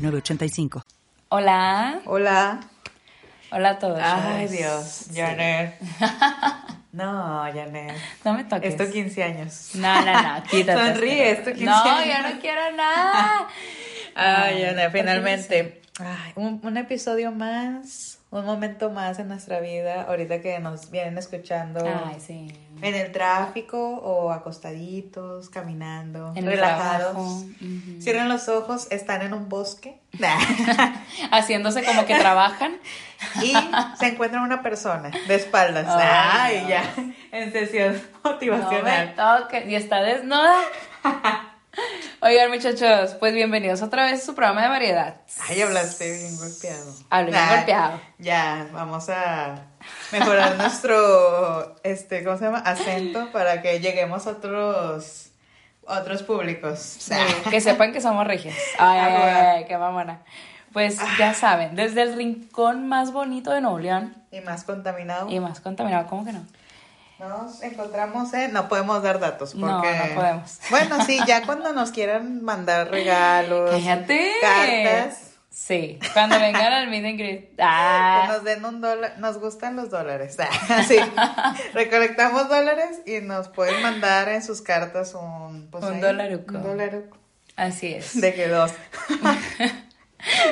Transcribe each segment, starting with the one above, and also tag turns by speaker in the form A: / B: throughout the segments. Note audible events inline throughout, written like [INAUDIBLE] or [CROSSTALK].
A: 985.
B: Hola.
C: Hola.
B: Hola a todos.
C: Ay, Dios.
B: [LAUGHS]
C: Janet. No, Janet.
B: No me toques.
C: Esto 15 años.
B: No, no,
C: [LAUGHS]
B: no. Quítate.
C: Sonríe, esto 15
B: No,
C: años.
B: yo no quiero
C: [LAUGHS]
B: nada.
C: Ay, Janet, finalmente. Ay, un, un episodio más, un momento más en nuestra vida, ahorita que nos vienen escuchando
B: Ay, sí.
C: en el tráfico o acostaditos, caminando,
B: En el trabajo.
C: relajados.
B: Ujú.
C: Cierren los ojos, están en
B: [LAUGHS]
C: un bosque.
B: Haciéndose como que
C: [LAUGHS]
B: trabajan.
C: y se encuentra una persona de espaldas.
B: Ay,
C: Ay,
B: no.
C: ya. En sesión
B: No me
C: motivacional.
B: toques. Y está
C: [LAUGHS]
B: desnuda. Oigan, muchachos, pues bienvenidos otra vez a su programa de variedad.
C: Ay, hablaste bien golpeado.
B: Hablé bien
C: Nah,
B: golpeado.
C: Ya, vamos a mejorar [LAUGHS] nuestro, este, ¿cómo se llama? Acento para que lleguemos a otros, otros públicos.
B: Sí,
C: Nah.
B: Eh, que sepan que somos regias.
C: [LAUGHS]
B: Ay, ay,
C: Ah,
B: ay,
C: bueno.
B: ay, qué mamona. Pues
C: Ah.
B: ya saben, desde el rincón más bonito de Nuevo León
C: Y más contaminado.
B: y más contaminado, ¿cómo que no?
C: Nos encontramos en, no podemos dar datos porque...
B: No, no podemos.
C: Bueno, sí, ya cuando nos quieran mandar
B: [LAUGHS]
C: regalos,
B: Cállate.
C: cartas,
B: Sí, cuando vengan al meet and greet.
C: que
B: Ah,
C: nos den un dólar, nos gustan los dólares, [LAUGHS] Ah, sí, recolectamos dólares y nos pueden mandar en sus cartas un... pues,
B: Un
C: ahí,
B: dolaruco.
C: Un dolaruco.
B: así es.
C: De
B: [LAUGHS]
C: que dos.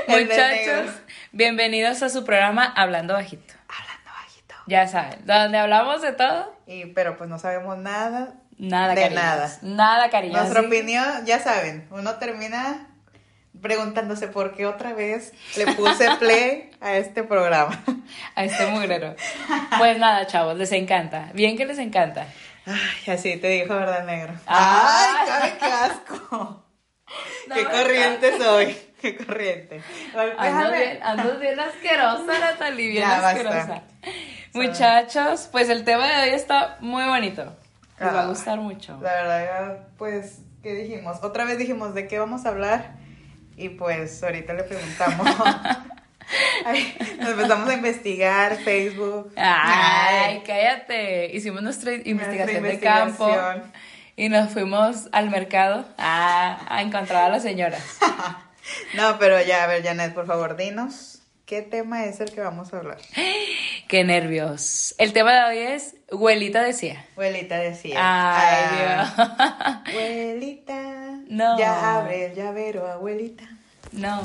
C: El de
B: Muchachos,
C: negro.
B: bienvenidos a su programa Hablando Bajito.
C: Hablando bajito.
B: Ya saben, donde hablamos de todo,
C: Y, pero pues no sabemos nada.
B: nada
C: De
B: cariño.
C: nada.
B: Nada cariño.
C: Nuestra
B: sí.
C: opinión, ya saben, uno termina preguntándose por qué otra vez le puse play a este programa. [LAUGHS]
B: A este mugrero. Pues nada, chavos, les encanta. Bien que les encanta.
C: Ay, así te dijo, ¿verdad, negro?
B: Ah.
C: Ay, cabe, qué asco.
B: No,
C: qué
B: no,
C: corriente soy. Qué corriente. Ay,
B: Ando
C: déjame.
B: bien, ando bien asquerosa, Natalie, bien
C: Ya, basta.
B: asquerosa. Muchachos, pues el tema de hoy está muy bonito. Les
C: Ah.
B: va a gustar mucho.
C: La verdad, pues, ¿qué dijimos? Otra vez dijimos de qué vamos a hablar y pues ahorita le preguntamos.
B: [LAUGHS]
C: Ay, nos empezamos a investigar Facebook.
B: Ay, cállate. Hicimos nuestra investigación de campo
C: investigación.
B: y nos fuimos al mercado a, a encontrar a las señoras.
C: No, pero ya, a ver, Janet, por favor, dinos qué tema es el que vamos a hablar.
B: Qué nervios. El tema de hoy es Huelita decía.
C: Abuelita decía.
B: Ay,
C: Ah,
B: Dios.
C: Abuelita.
B: No.
C: Ya abre el llavero, abuelita.
B: No.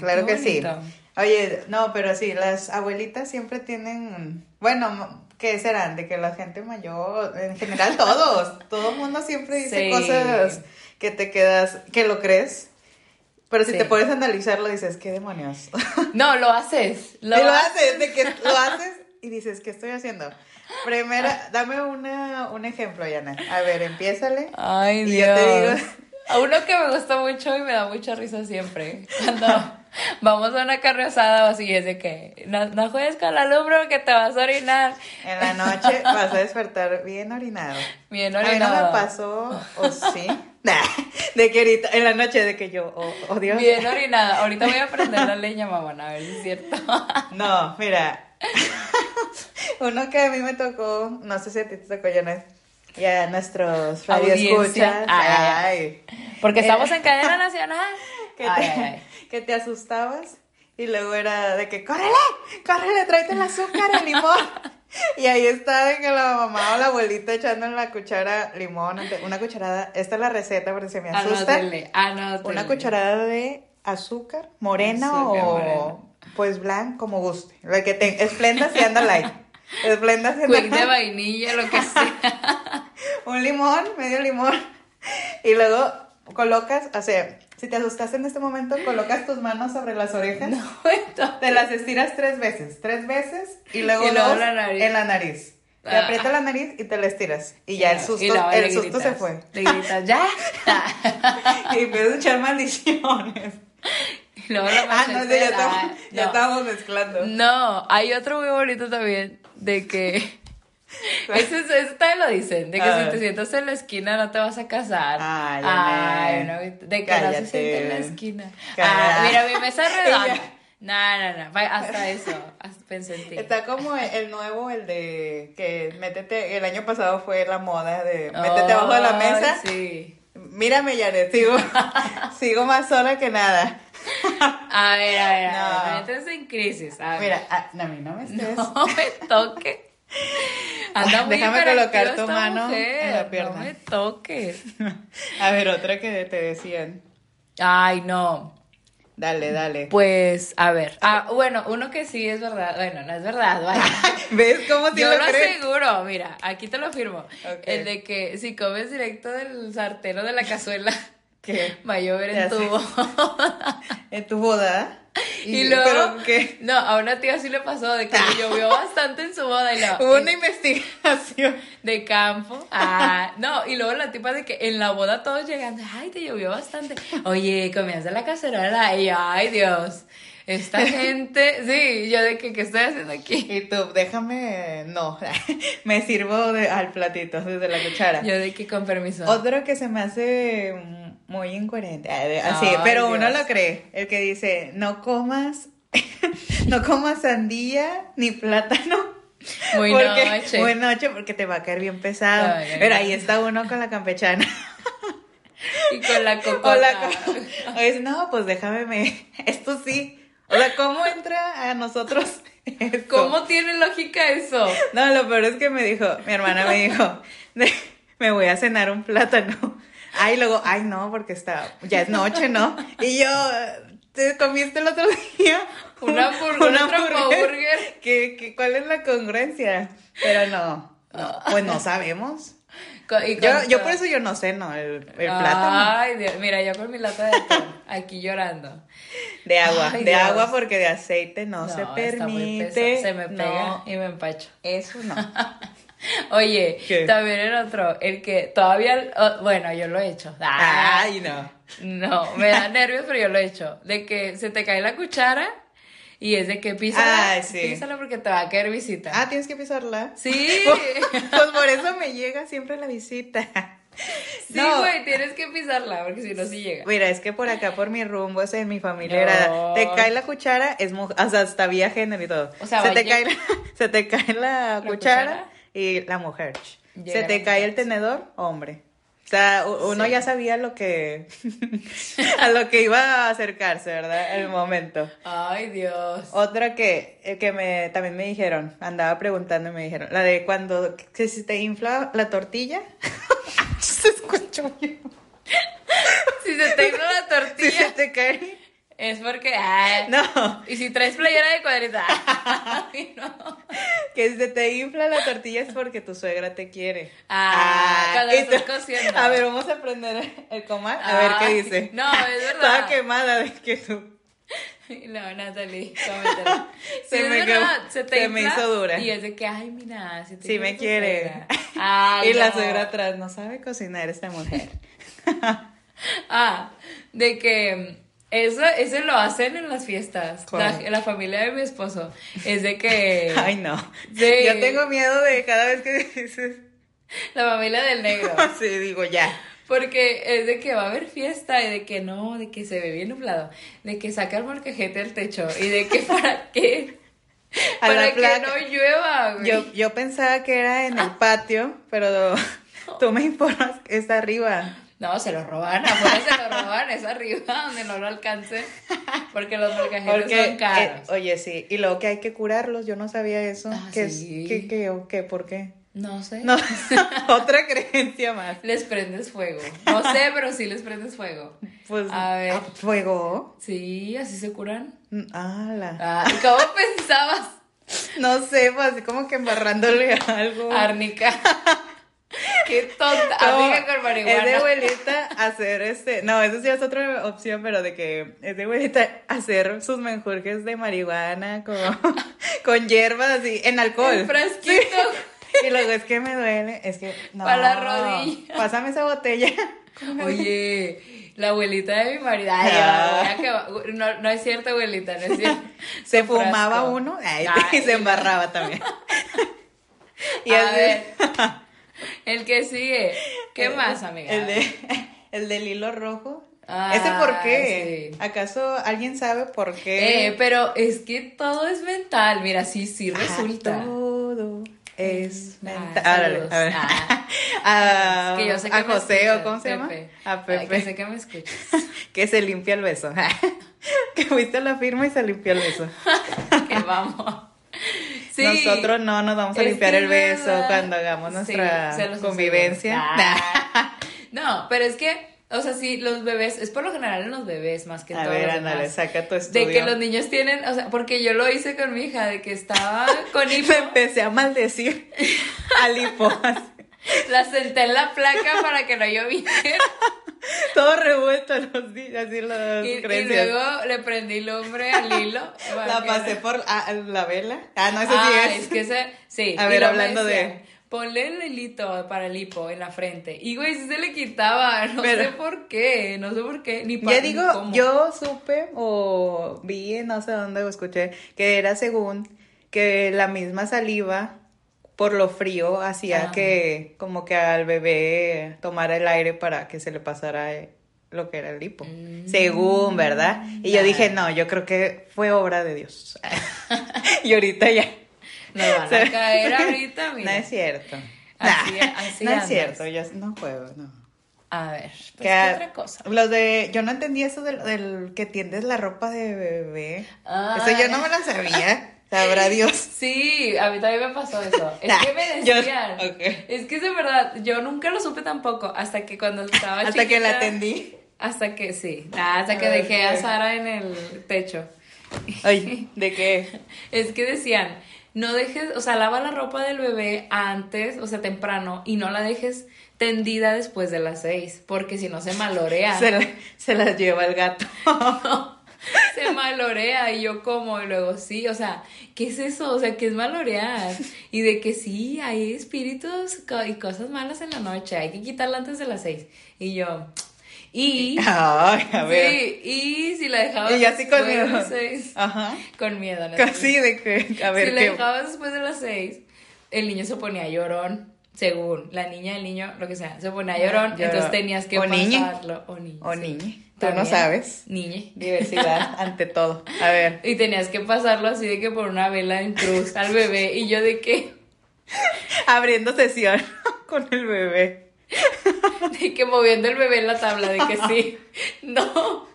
C: Claro
B: qué
C: que sí.
B: bonito.
C: Oye, no, pero sí, las abuelitas siempre tienen, bueno, m- ¿qué serán? De que la gente mayor, en
B: [LAUGHS]
C: general todos, todo el mundo siempre dice
B: Sí.
C: cosas que te quedas, que lo crees, pero si
B: Sí.
C: te pones a analizarlo dices, ¿qué demonios? [LAUGHS]
B: No, lo haces.
C: y lo haces, de que lo haces y dices, ¿qué estoy haciendo? Primera, dame una, un ejemplo, Yana. A ver, empiézale.
B: Ay,
C: Y
B: Dios.
C: yo te digo-
B: A uno que me gusta mucho y me da mucha risa siempre. Cuando vamos a una carrozada o así, es de que no, no juegues con la lumbre que te vas a orinar.
C: En la noche vas a despertar bien orinado.
B: Bien
C: A mí no
B: orinado.
C: me pasó,
B: [LAUGHS]
C: o sí, Nah, de que ahorita, en la noche de que yo, oh, oh, Dios.
B: Bien orinada. Ahorita voy a prender la leña, mamá, a ver si es cierto.
C: [LAUGHS] No, mira, [LAUGHS] uno que a mí me tocó, no sé si a ti te tocó, Janet, y a nuestros
B: Audiencia.
C: radioescuchas,
B: Ay, ay,
C: ay,
B: Porque
C: Eh.
B: estamos en cadena nacional.
C: que, te,
B: Ay, ay,
C: [LAUGHS] que te asustabas, y luego era de que, córrele, córrele, tráete el azúcar, el limón, [LAUGHS] y ahí está de que la mamá o la abuelita echando en la cuchara limón, una cucharada, esta es la receta porque se me
B: ay.
C: asusta.
B: Anótenle, anótenle.
C: Una cucharada de azúcar morena
B: Azúcar
C: o
B: morena.
C: pues blanco, como guste. La que te esplenda si
B: [LAUGHS]
C: anda light. Esplenda si anda
B: Quick de vainilla, lo que sea.
C: Un limón, medio limón. Y luego colocas, o sea, si te asustaste en este momento, colocas tus manos sobre las orejas.
B: Bueno,
C: Te las estiras tres veces, tres veces y luego,
B: Y luego
C: dos
B: la nariz.
C: en la nariz. Te
B: Ah.
C: aprieta la nariz y te la estiras. [LAUGHS] Y ya el
B: no,
C: susto,
B: y luego le
C: el susto se
B: gritas, [LAUGHS]
C: fue. [LAUGHS]
B: Le gritas, ya.
C: Y empiezas a echar maldiciones.
B: Y luego la
C: Ah, no, sí, ya
B: machaste, ah,
C: estamos, ya
B: no. Mm,
C: estábamos mezclando.
B: No, hay otro muy bonito también de
C: [LAUGHS]
B: que. Ese, es- ese también lo dicen, de que
C: A
B: si
C: ver.
B: te sientas en la esquina no te vas a casar.
C: Ay,
B: Ay,
C: Ana.
B: no, de que no
C: Cállate.
B: se siente en la esquina.
C: Cállate.
B: Ah, mira, mi mesa es redonda.
C: [LAUGHS] Ella.
B: No, no, no, va- hasta eso, hasta pensé en ti.
C: Está como el- el nuevo, el de que métete, el año pasado fue la moda de métete abajo de
B: Ay,
C: la mesa.
B: Sí.
C: Mírame, Yaret, sigo, [LAUGHS] sigo más sola que nada.
B: A ver, a ver, a ver,
C: No.
B: no entres en crisis. A ver.
C: Mira, ah, no, a mí no me estés.
B: No [LAUGHS] me toque. Anda muy
C: [LAUGHS] Déjame colocar
B: hiperactiva
C: tu
B: esta
C: mano en
B: mujer,
C: la pierna.
B: No me toques.
C: A ver, otra que te decían.
B: Ay, no.
C: Dale, dale.
B: Pues, a ver. Ah, bueno, uno que sí es verdad. Bueno, no es verdad, vaya.
C: [LAUGHS] ¿Ves cómo te
B: Yo
C: lo
B: lo
C: crees?
B: aseguro, mira, aquí te lo firmo.
C: Ok.
B: El de que si comes directo del sartén o de la cazuela, [LAUGHS]
C: ¿Qué?
B: va a llover
C: Ya
B: en
C: sé.
B: tu
C: [LAUGHS]
B: boda.
C: En tu boda.
B: Y, luego,
C: ¿Pero qué?
B: no, a una tía sí le pasó de
C: [LAUGHS]
B: que le llovió bastante en su boda y la,
C: Hubo una investigación.
B: de campo. Ah, no, y luego la tipa de que en la boda todos llegando, ay, te llovió bastante. Oye, comías de la cacerola. Y yo, ay, Dios.
C: [LAUGHS]
B: Esta gente, sí, yo de que, ¿qué estoy haciendo aquí?
C: Y tú, déjame, no, [LAUGHS] me sirvo de, al platito, desde la cuchara.
B: Yo de que, con permiso.
C: Otro que se me hace mm, muy incoherente, ah, de- así,
B: Ay,
C: pero uno
B: Dios.
C: lo cree, el que dice, no comas, [LAUGHS] no comas sandía ni plátano.
B: Muy
C: porque,
B: noche.
C: Muy noche, porque te va a caer bien pesado.
B: Ay, ay,
C: pero
B: ay.
C: ahí está uno con
B: [LAUGHS]
C: la campechana. [LAUGHS]
B: Y con la
C: O
B: cocota.
C: la co- o es, no, pues déjame, me- [LAUGHS] esto sí. O sea, ¿cómo entra a nosotros [LAUGHS] esto?
B: ¿Cómo tiene lógica eso?
C: No, lo peor es que me dijo, mi hermana me dijo, de- me voy a cenar un plátano. Ay, luego, ay, no, porque está, ya es noche, ¿no? Y yo, ¿te comiste el otro día?
B: Una hamburg- un hamburger.
C: ¿Qué- qué- cuál es la congruencia? Pero no, no, pues no sabemos.
B: Co- y Ah.
C: Yo,
B: con-
C: yo por eso yo no ceno el, el plátano
B: Ay, Dios. Mira, yo con mi lata de atún, aquí llorando.
C: de agua,
B: ay,
C: de
B: Dios.
C: agua porque de aceite no, se
B: está muy pesado.
C: permite.
B: Se me pega
C: no,
B: y me empacho.
C: eso no.
B: Oye,
C: ¿Qué?
B: también el otro, el que todavía, oh, bueno, yo lo he hecho. [LAUGHS] Ay,
C: Ay, no.
B: no, me da nervios, pero yo lo he hecho. De que se te cae la cuchara y es de que písala,
C: Ay, sí.
B: písala porque te va a caer visita.
C: Ah, tienes que pisarla.
B: sí,
C: [LAUGHS] Pues por eso me llega siempre la visita. [LAUGHS]
B: sí,
C: No.
B: güey, tienes que pisarla porque si no, sí llega.
C: Mira, es que por acá, por mi rumbo, es en mi familia, era,
B: No.
C: te cae la cuchara, es mu- o sea, hasta había género y todo.
B: O sea,
C: se, te
B: vaya-
C: cae la, [LAUGHS] se te cae la,
B: ¿La
C: cuchara,
B: cuchara?
C: y la mujer.
B: Llega
C: se
B: la
C: te
B: mujer.
C: cae el tenedor, hombre. O sea, u- uno
B: Sí.
C: ya sabía lo que [LAUGHS] a lo que iba a acercarse, ¿verdad? El momento.
B: Ay, Dios.
C: Otra que, eh, que me, también me dijeron, andaba preguntando y me dijeron, la de cuando que si te infla la tortilla. [LAUGHS] se escuchó bien.
B: Si se te infla la
C: Si
B: tortilla,
C: se te cae.
B: es porque, ay.
C: No,
B: Y si traes playera de cuadrita. [LAUGHS] Ay, no.
C: que si se te infla la tortilla es porque tu suegra te quiere.
B: Ah, cuando
C: y
B: estás
C: tú-
B: cociendo.
C: A ver, vamos a prender el comal, a ver qué
B: Ay,
C: dice.
B: no, es verdad.
C: [LAUGHS] Estaba quemada de que tú.
B: [LAUGHS] No, Natalie, cómetela.
C: [LAUGHS] Se
B: es
C: me
B: verdad,
C: quedó-
B: se, te
C: se me
B: infla
C: hizo dura.
B: Y es de que, ay, mira, si te Ah,
C: Sí me [LAUGHS] quiere.
B: Ay,
C: y la
B: no.
C: suegra atrás no sabe cocinar
B: [LAUGHS]
C: esta mujer.
B: Ah, de que mm, eso, eso lo hacen en las fiestas.
C: ¿Cuál?
B: La, la familia de mi esposo. Es de que
C: [LAUGHS] Ay, no.
B: Sí.
C: Yo tengo miedo de cada vez que dices. [LAUGHS]
B: la familia del negro.
C: Sí, digo ya.
B: Porque es de que va a haber fiesta y de que no, de que se ve bien nublado, de que saca el molcajete al techo y de que [LAUGHS] para qué,
C: A la
B: para que
C: placa.
B: no llueva, güey.
C: Yo, yo pensaba que era en el patio, [LAUGHS] pero tú me informas que está arriba.
B: No, se lo roban, afuera se lo roban, es arriba donde no lo alcance, porque los molcajetes
C: Porque,
B: son caros.
C: eh, oye, sí, y luego que hay que curarlos, yo no sabía eso.
B: Ah,
C: ¿Qué,
B: sí.
C: es, qué, qué, o qué, por
B: [LAUGHS]
C: qué?
B: no sé.
C: No, [LAUGHS] otra creencia más.
B: Les prendes fuego. No sé, pero sí les prendes fuego.
C: Pues,
B: A ver.
C: ¿fuego? Mm,
B: Sí, así se curan.
C: Ala.
B: Ah, ¿Cómo pensabas?
C: No sé, pues así como que embarrándole [LAUGHS] algo.
B: Árnica. Qué tonta.
C: No,
B: Amiga con marihuana.
C: Es de abuelita hacer este. No, eso sí es otra opción, pero de que es de abuelita hacer sus menjurjes de marihuana con, [LAUGHS] con hierbas así, en
B: El
C: alcohol.
B: frasquito.
C: Y luego es que me duele, es que. No,
B: Pa' la rodilla. [LAUGHS]
C: Pásame esa botella.
B: Oye, La abuelita de mi marido. Ay, ya, ya que- no, no es cierto, abuelita, no es cierto.
C: Ah. Se
B: Frasco.
C: fumaba uno ay, [LAUGHS] y
B: Ay.
C: se
B: [LAUGHS]
C: embarraba también. y
B: A
C: así-
B: ver, [LAUGHS] El que sigue. ¿Qué más, amiga?
C: eh, El, de, [LAUGHS] el del hilo rojo.
B: Ah,
C: ¿Ese por qué?
B: sí.
C: ¿Acaso alguien sabe por qué?
B: Eh, pero es que todo es mental. Mira, sí, sí
C: Ah,
B: resulta.
C: Todo es
B: Ah,
C: mental.
B: saludos.
C: a ver.
B: Ah.
C: A,
B: Es que
C: [LAUGHS]
B: yo sé que
C: a
B: me
C: José,
B: escuchas,
C: ¿o cómo se llama?
B: Pepe.
C: A
B: Ay, que
C: Pepe,
B: sé que me escuchas. [LAUGHS]
C: que se limpia el beso. [LAUGHS] que fuiste a la firma y se limpió el beso.
B: que
C: [LAUGHS]
B: vamos. Sí.
C: Nosotros no nos vamos a
B: Es
C: limpiar
B: que
C: el beso
B: nada.
C: cuando hagamos
B: Sí,
C: nuestra
B: se los
C: convivencia.
B: aseguro. Ah. [LAUGHS] No, pero es que, o sea, sí, los bebés, es por lo general en los bebés más que
C: a
B: todo.
C: ver,
B: los
C: ándale,
B: demás.
C: saca tu estudio.
B: De que los niños tienen, o sea, porque yo lo hice con mi hija, de que
C: [LAUGHS]
B: estaba con hipo,
C: [LAUGHS] Me empecé a
B: [LAUGHS]
C: maldecir al hipo. así,
B: la senté en la placa para que no lloviera.
C: Todo revuelto los días, así [LAUGHS] las
B: Y, y
C: creencias.
B: luego le prendí el hombre al hilo. para
C: [LAUGHS] la
B: que-
C: pasé por ah, la vela. Ah, no, ese
B: Ah,
C: sí
B: es. que ese, sí.
C: A
B: y luego
C: ver,
B: me
C: hablando de-
B: decían, Ponle el hilito para el hipo en la frente. Y güey, sí se le quitaba, [LAUGHS] no
C: Pero-
B: sé por qué, no sé por qué, ni para
C: Ya digo, yo supe o vi, no sé dónde o escuché, que era según que la misma saliva por lo frío hacía
B: Ah.
C: que como que al bebé tomara el aire para que se le pasara eh, lo que era el hipo.
B: Mm.
C: Según, ¿verdad? Y yo
B: ya.
C: dije, no, yo creo que fue obra de Dios. [LAUGHS] y ahorita ya.
B: Nos
C: [LAUGHS]
B: van a caer ahorita, mira.
C: No es cierto.
B: Así-
C: Nah,
B: así
C: no es
B: andas.
C: cierto, yo no puedo, no.
B: A ver, pues,
C: Que
B: ¿qué
C: a-
B: otra cosa?
C: Los de. Yo no entendí eso del, del que tiendes la ropa de bebé.
B: Ah.
C: Eso yo no me la sabía.
B: [LAUGHS]
C: Sabrá Dios.
B: Sí, a mí también me pasó
C: [LAUGHS]
B: eso. Es que me
C: Yo-
B: decían.
C: ok.
B: Es que es de verdad, yo nunca lo supe tampoco hasta que cuando estaba
C: Hasta que la
B: chiquita-
C: atendí.
B: Hasta que sí, Ah, hasta que
C: Ah,
B: dejé a
C: ok.
B: Sara en el techo.
C: Ay, ¿de qué?
B: Es que decían, no dejes, o sea, lava la ropa del bebé antes, o sea, temprano, y no la dejes tendida después de las seis, porque si no se malorea.
C: Se, la- se las lleva el gato.
B: [LAUGHS] se malorea y yo como y luego sí, o sea, ¿qué es eso? O sea, ¿qué es malorear? Y de que sí, hay espíritus co- y cosas malas en la noche, hay que quitarla antes de las seis. Y yo, y...
C: Ay, [LAUGHS] a ver.
B: Sí, y si la dejabas
C: Y yo así con
B: después de
C: miedo.
B: las seis,
C: Ajá.
B: con miedo. neta.
C: Casi de que. A ver,
B: si la
C: ¿qué?
B: dejabas después de las seis, el niño se ponía llorón, según la niña, el niño, lo que sea, se ponía llorón,
C: Ah, Llorón.
B: entonces tenías que
C: O niñe.
B: pasarlo. O niño.
C: O
B: sí.
C: niña. Oh, Tú no
B: También,
C: sabes.
B: Niñe. [LAUGHS]
C: Diversidad ante todo. A ver.
B: Y tenías que pasarlo así de que por una vela en cruz al bebé. Y yo de que,
C: Abriendo sesión [LAUGHS] con el bebé.
B: de que moviendo el bebé en la tabla, de que sí. [LAUGHS] No.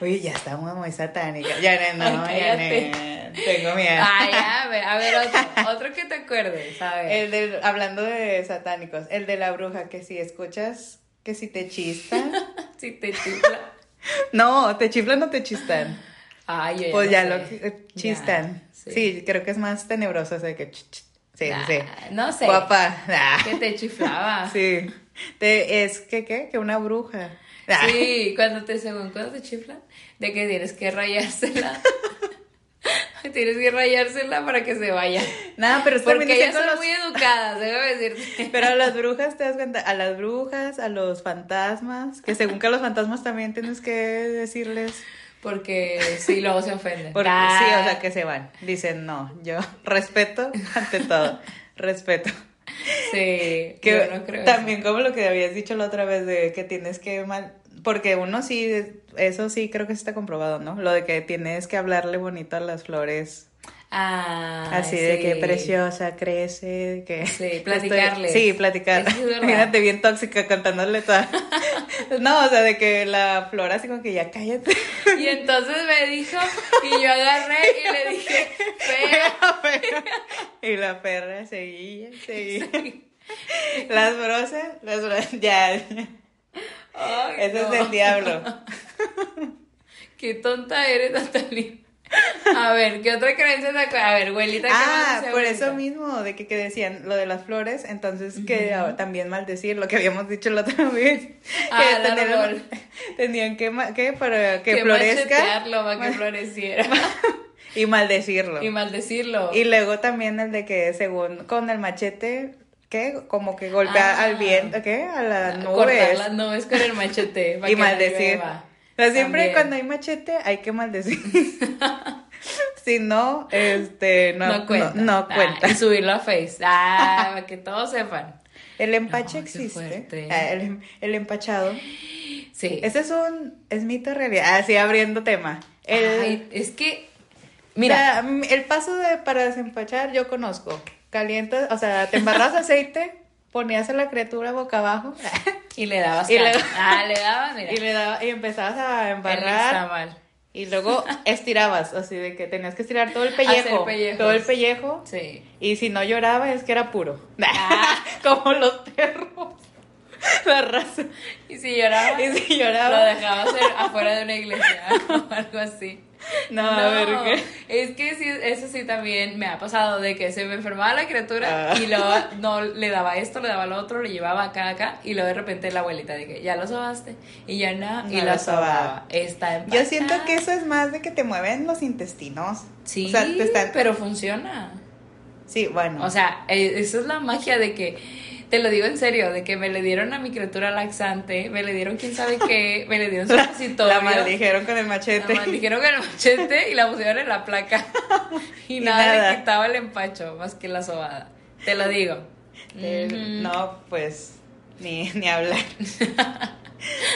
C: Oye, ya estamos muy satánicas. Ya no, no,
B: Ay,
C: ya
B: cállate.
C: no. Tengo miedo.
B: Ay, a ver, a ver otro, otro que te acuerdes, a ver.
C: El del, hablando de satánicos, el de la bruja, que si escuchas, que si te chistan.
B: Si te chifla.
C: [LAUGHS] no, te chiflan o te chistan.
B: Ay, yo ya
C: Pues
B: no
C: ya
B: sé.
C: lo que- chistan.
B: Ya,
C: sí. creo que es más tenebroso ese que ch- ch- Sí,
B: Ah,
C: sí.
B: No sé.
C: Guapa. Ah,
B: Que te chiflaba. Sí.
C: [LAUGHS] Sí. Te- es que qué, que una bruja. Ah,
B: cuando te, según cuando te chiflan, de que tienes que
C: [LAUGHS]
B: rayársela. tienes que rayársela para que se vaya.
C: Nada, pero es que
B: Porque
C: Pues
B: ellas
C: también dicen
B: son
C: con los-
B: muy educadas, debo decirte.
C: Pero a las brujas, te das cuenta, a las brujas, a los fantasmas, que según que a los fantasmas también tienes que decirles
B: Porque sí, luego se ofenden.
C: Porque
B: Ah.
C: sí, o sea, que se van. Dicen, no, yo [LAUGHS] respeto ante todo. respeto.
B: Sí,
C: Que
B: yo no creo.
C: también como lo que habías dicho la otra vez de que tienes que mal... Porque uno sí, eso sí creo que está comprobado, ¿no? Lo de que tienes que hablarle bonito a las flores.
B: eso. Ah,
C: así de que
B: sí.
C: preciosa, crece, que...
B: Sí,
C: estoy-
B: platicarles.
C: sí, platicar.
B: Eso sí es verdad.
C: Imagínate bien tóxica contándole toda... [LAUGHS] no, o sea, de que la flor así como que ya cállate.
B: Y entonces me dijo, y yo agarré y le dije, fea.
C: [LAUGHS] y la perra seguía, seguía. Las brosas, las brosas, ya.
B: Ay,
C: Ese
B: no.
C: es
B: [LAUGHS]
C: el diablo.
B: Qué tonta eres, Natalia. A ver, ¿qué otra creencia te acuerdas? A ver, abuelita, ¿qué más
C: Ah,
B: dice
C: por
B: abuelita?
C: eso mismo, de que, que decían lo de las flores, entonces que ah, también maldecir lo que habíamos dicho la otra vez. Que
B: Ah, el
C: tenían-
B: árbol.
C: [LAUGHS] Tenían que, ma- que para que,
B: Que
C: florezca
B: machetearlo para que
C: [LAUGHS]
B: floreciera.
C: y maldecirlo.
B: y maldecirlo.
C: Y luego también el de que según con el machete ¿Qué? Como que golpear
B: Ah.
C: al viento, ¿qué? A las
B: Cortar
C: nubes.
B: las nubes con el machete. para
C: Y
B: que no
C: maldecir.
B: llueva.
C: O sea, siempre
B: También.
C: cuando hay machete hay que maldecir. [LAUGHS] si no, este, no,
B: No,
C: no-
B: cuenta.
C: no
B: Ah,
C: cuenta.
B: y subirlo a Face. Ah, para que todos sepan.
C: El empache
B: No, qué
C: existe.
B: fuerte.
C: Ah, El, em- el empachado.
B: Sí.
C: Ese es un, es mito realidad. Así abriendo tema. El,
B: Ay, es que.
C: Mira,
B: Mira.
C: el paso de, para desempachar yo conozco. Calientas, o sea, te embarras aceite, ponías a la criatura boca abajo
B: Y le dabas.
C: Y le- [LAUGHS]
B: cara. Ah, le dabas, [LAUGHS] mira.
C: y le daba- y empezabas a
B: Está
C: embarrar
B: mal.
C: y [LAUGHS] luego estirabas, así de que tenías que estirar todo el pellejo,
B: Hacer pellejos.
C: todo el pellejo
B: Sí.
C: y si no lloraba es que era puro. Ah. [LAUGHS] Como los perros. [LAUGHS] La raza.
B: Y si lloraba.
C: Y si
B: Lo
C: lloraba,
B: dejaba hacer afuera de una iglesia [LAUGHS] o algo así.
C: no, a ver qué.
B: Es que sí, eso sí también me ha pasado de que se me enfermaba la criatura
C: Ah.
B: y luego no le daba esto, le daba lo otro, le llevaba acá, acá y luego de repente la abuelita de que ya lo sobaste y ya no, y
C: No
B: lo sobaba.
C: lo sobaba.
B: Está en
C: Yo siento que eso es más de que te mueven los intestinos.
B: Sí,
C: O sea, te están-
B: pero funciona.
C: Sí, bueno.
B: O
C: [LAUGHS]
B: sea, eh, esa es la magia de que, te lo digo en serio, de que me le dieron a mi criatura laxante, me le dieron quién sabe qué, me le dieron supositorio.
C: [LAUGHS] la maldijeron con el machete.
B: La maldijeron con el machete y la pusieron en la placa. [LAUGHS] Y,
C: Y
B: nada, le
C: nada.
B: quitaba el empacho más que la sobada. Te lo digo.
C: Eh,
B: Ujú.
C: No, pues ni, [LAUGHS]
B: [LAUGHS]
C: ni hablar.
B: A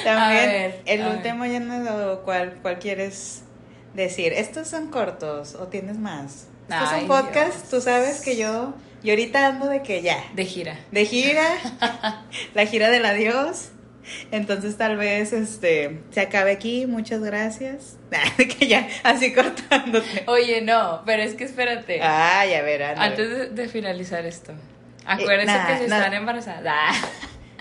C: También
B: ver,
C: el
B: a ver.
C: último ya no cuál cuál quieres decir. Estos son cortos o tienes más. Estos
B: Ay,
C: son podcasts, tú sabes que yo yo ahorita ando de que ya
B: De gira.
C: de
B: [LAUGHS]
C: gira, la gira del adiós. Entonces tal vez este se acabe aquí. Muchas gracias. [LAUGHS] Ah, De que ya así
B: [LAUGHS]
C: cortándote.
B: Oye, no, pero es que espérate.
C: Ay, a ver, Ana, Ah, a ver. Eh,
B: Antes de, de finalizar esto, acuérdense
C: nada,
B: que si
C: nada.
B: están embarazadas. Ah,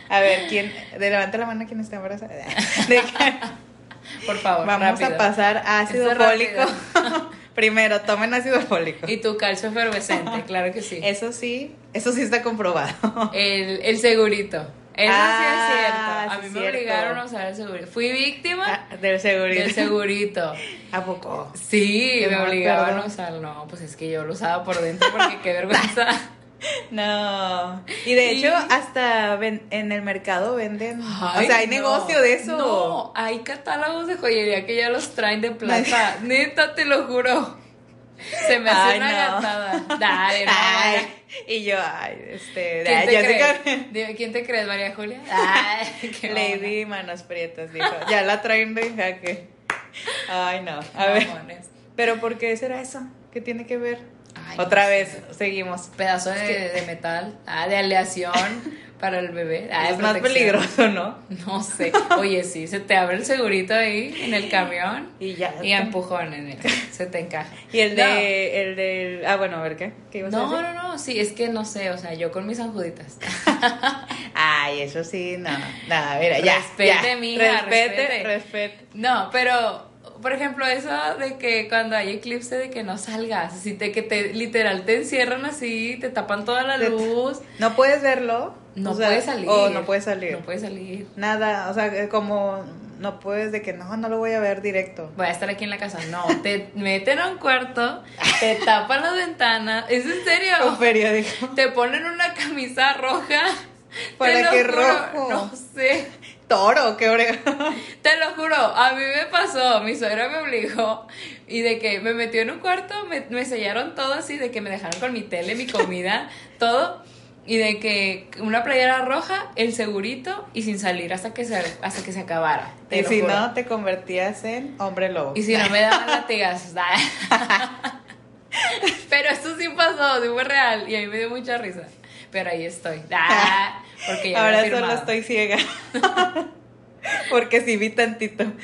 C: A ver, ¿quién? De levanta la mano quien está embarazada. [LAUGHS] De que-
B: por favor,
C: Vamos
B: rápido.
C: a pasar a ácido
B: Esto es rápido.
C: fólico. [LAUGHS] Primero, tomen ácido fólico.
B: Y tu calcio efervescente, claro que sí.
C: Eso sí, eso sí está comprobado.
B: El, el segurito. Eso
C: Ah,
B: sí es cierto. A mí
C: sí
B: me
C: cierto.
B: obligaron a usar el segurito. Fui víctima
C: Ah, Del segurito.
B: del segurito.
C: ¿A poco?
B: Sí,
C: Yo
B: me
C: no me
B: obligaban
C: acuerdo.
B: a usarlo. No, pues es que yo lo usaba por dentro porque qué vergüenza.
C: No. Y de
B: Y-
C: hecho, hasta ven- en el mercado venden.
B: [LAUGHS] Ay,
C: o sea, hay
B: no.
C: negocio de eso.
B: No, hay catálogos de joyería que ya los traen de [LAUGHS] plata. Neta, te lo juro. Se me hace
C: Ay,
B: una
C: no.
B: gatada. [LAUGHS] Dale, no.
C: Ay, y yo, ay, este.
B: ¿Quién
C: ay,
B: te
C: ya sé
B: crees?
C: que-
B: Dime, ¿Quién te crees, María Julia? [LAUGHS] Ay, qué
C: [LAUGHS] Lady Manos Prietas dijo. Ya la traen de jaque. Ay, no.
B: mamona.
C: A ver.
B: Mamones.
C: Pero ¿por qué será eso? ¿Qué tiene que ver?
B: Ay,
C: Otra
B: no
C: vez,
B: sé.
C: seguimos.
B: Pedazo de, de metal, ah, de aleación para el bebé. Ah, de
C: es más
B: protección.
C: peligroso, ¿no?
B: [LAUGHS] No sé. Oye, sí, se te abre el segurito ahí en el camión.
C: Y ya.
B: Y a empujones, mira, se te encaja.
C: [LAUGHS] Y el de, el del, ah, bueno, a ver qué, ¿Qué ibas a
B: No,
C: decir?
B: no, no, sí, es que no sé, o sea, yo con mis anjuditas.
C: Ay, eso sí, no, nada, mira, ya,
B: Respete,
C: ya.
B: mija, respete.
C: respete, respete.
B: [LAUGHS] No, pero, por ejemplo, eso de que cuando hay eclipse, de que no salgas, así de que te, literal, te encierran así, te tapan toda la
C: Te-
B: luz,
C: No puedes verlo,
B: no
C: o sea,
B: puedes salir.
C: o no puedes salir,
B: No puedes salir.
C: nada, o sea, eh, como no puedes de que no, no lo voy a ver directo.
B: Voy a estar aquí en la casa. No, te meten a un cuarto,
C: [LAUGHS]
B: te tapan las ventanas. ¿Es en serio?
C: Con periódico, [LAUGHS]
B: Te ponen una camisa roja.
C: ¿Para
B: Te lo
C: qué
B: juro,
C: rojo?
B: No sé.
C: toro, qué brega.
B: Te lo juro, a mí me pasó, mi suegra me obligó y de que me metió en un cuarto, me, me sellaron todo así, de que me dejaron con mi tele, mi comida, [LAUGHS] todo, y de que una playera roja, el segurito y sin salir hasta que se, hasta que se acabara. te
C: Y
B: lo
C: si
B: juro.
C: no, te convertías en hombre lobo.
B: Y si no me daban [LAUGHS] latigazos. nah. Pero esto sí pasó, sí fue real y a mí me dio mucha risa. Pero ahí estoy. nah, Porque ya
C: Ahora
B: había
C: solo
B: firmado.
C: estoy ciega. [LAUGHS] Porque sí vi tantito. Ok.
B: [LAUGHS]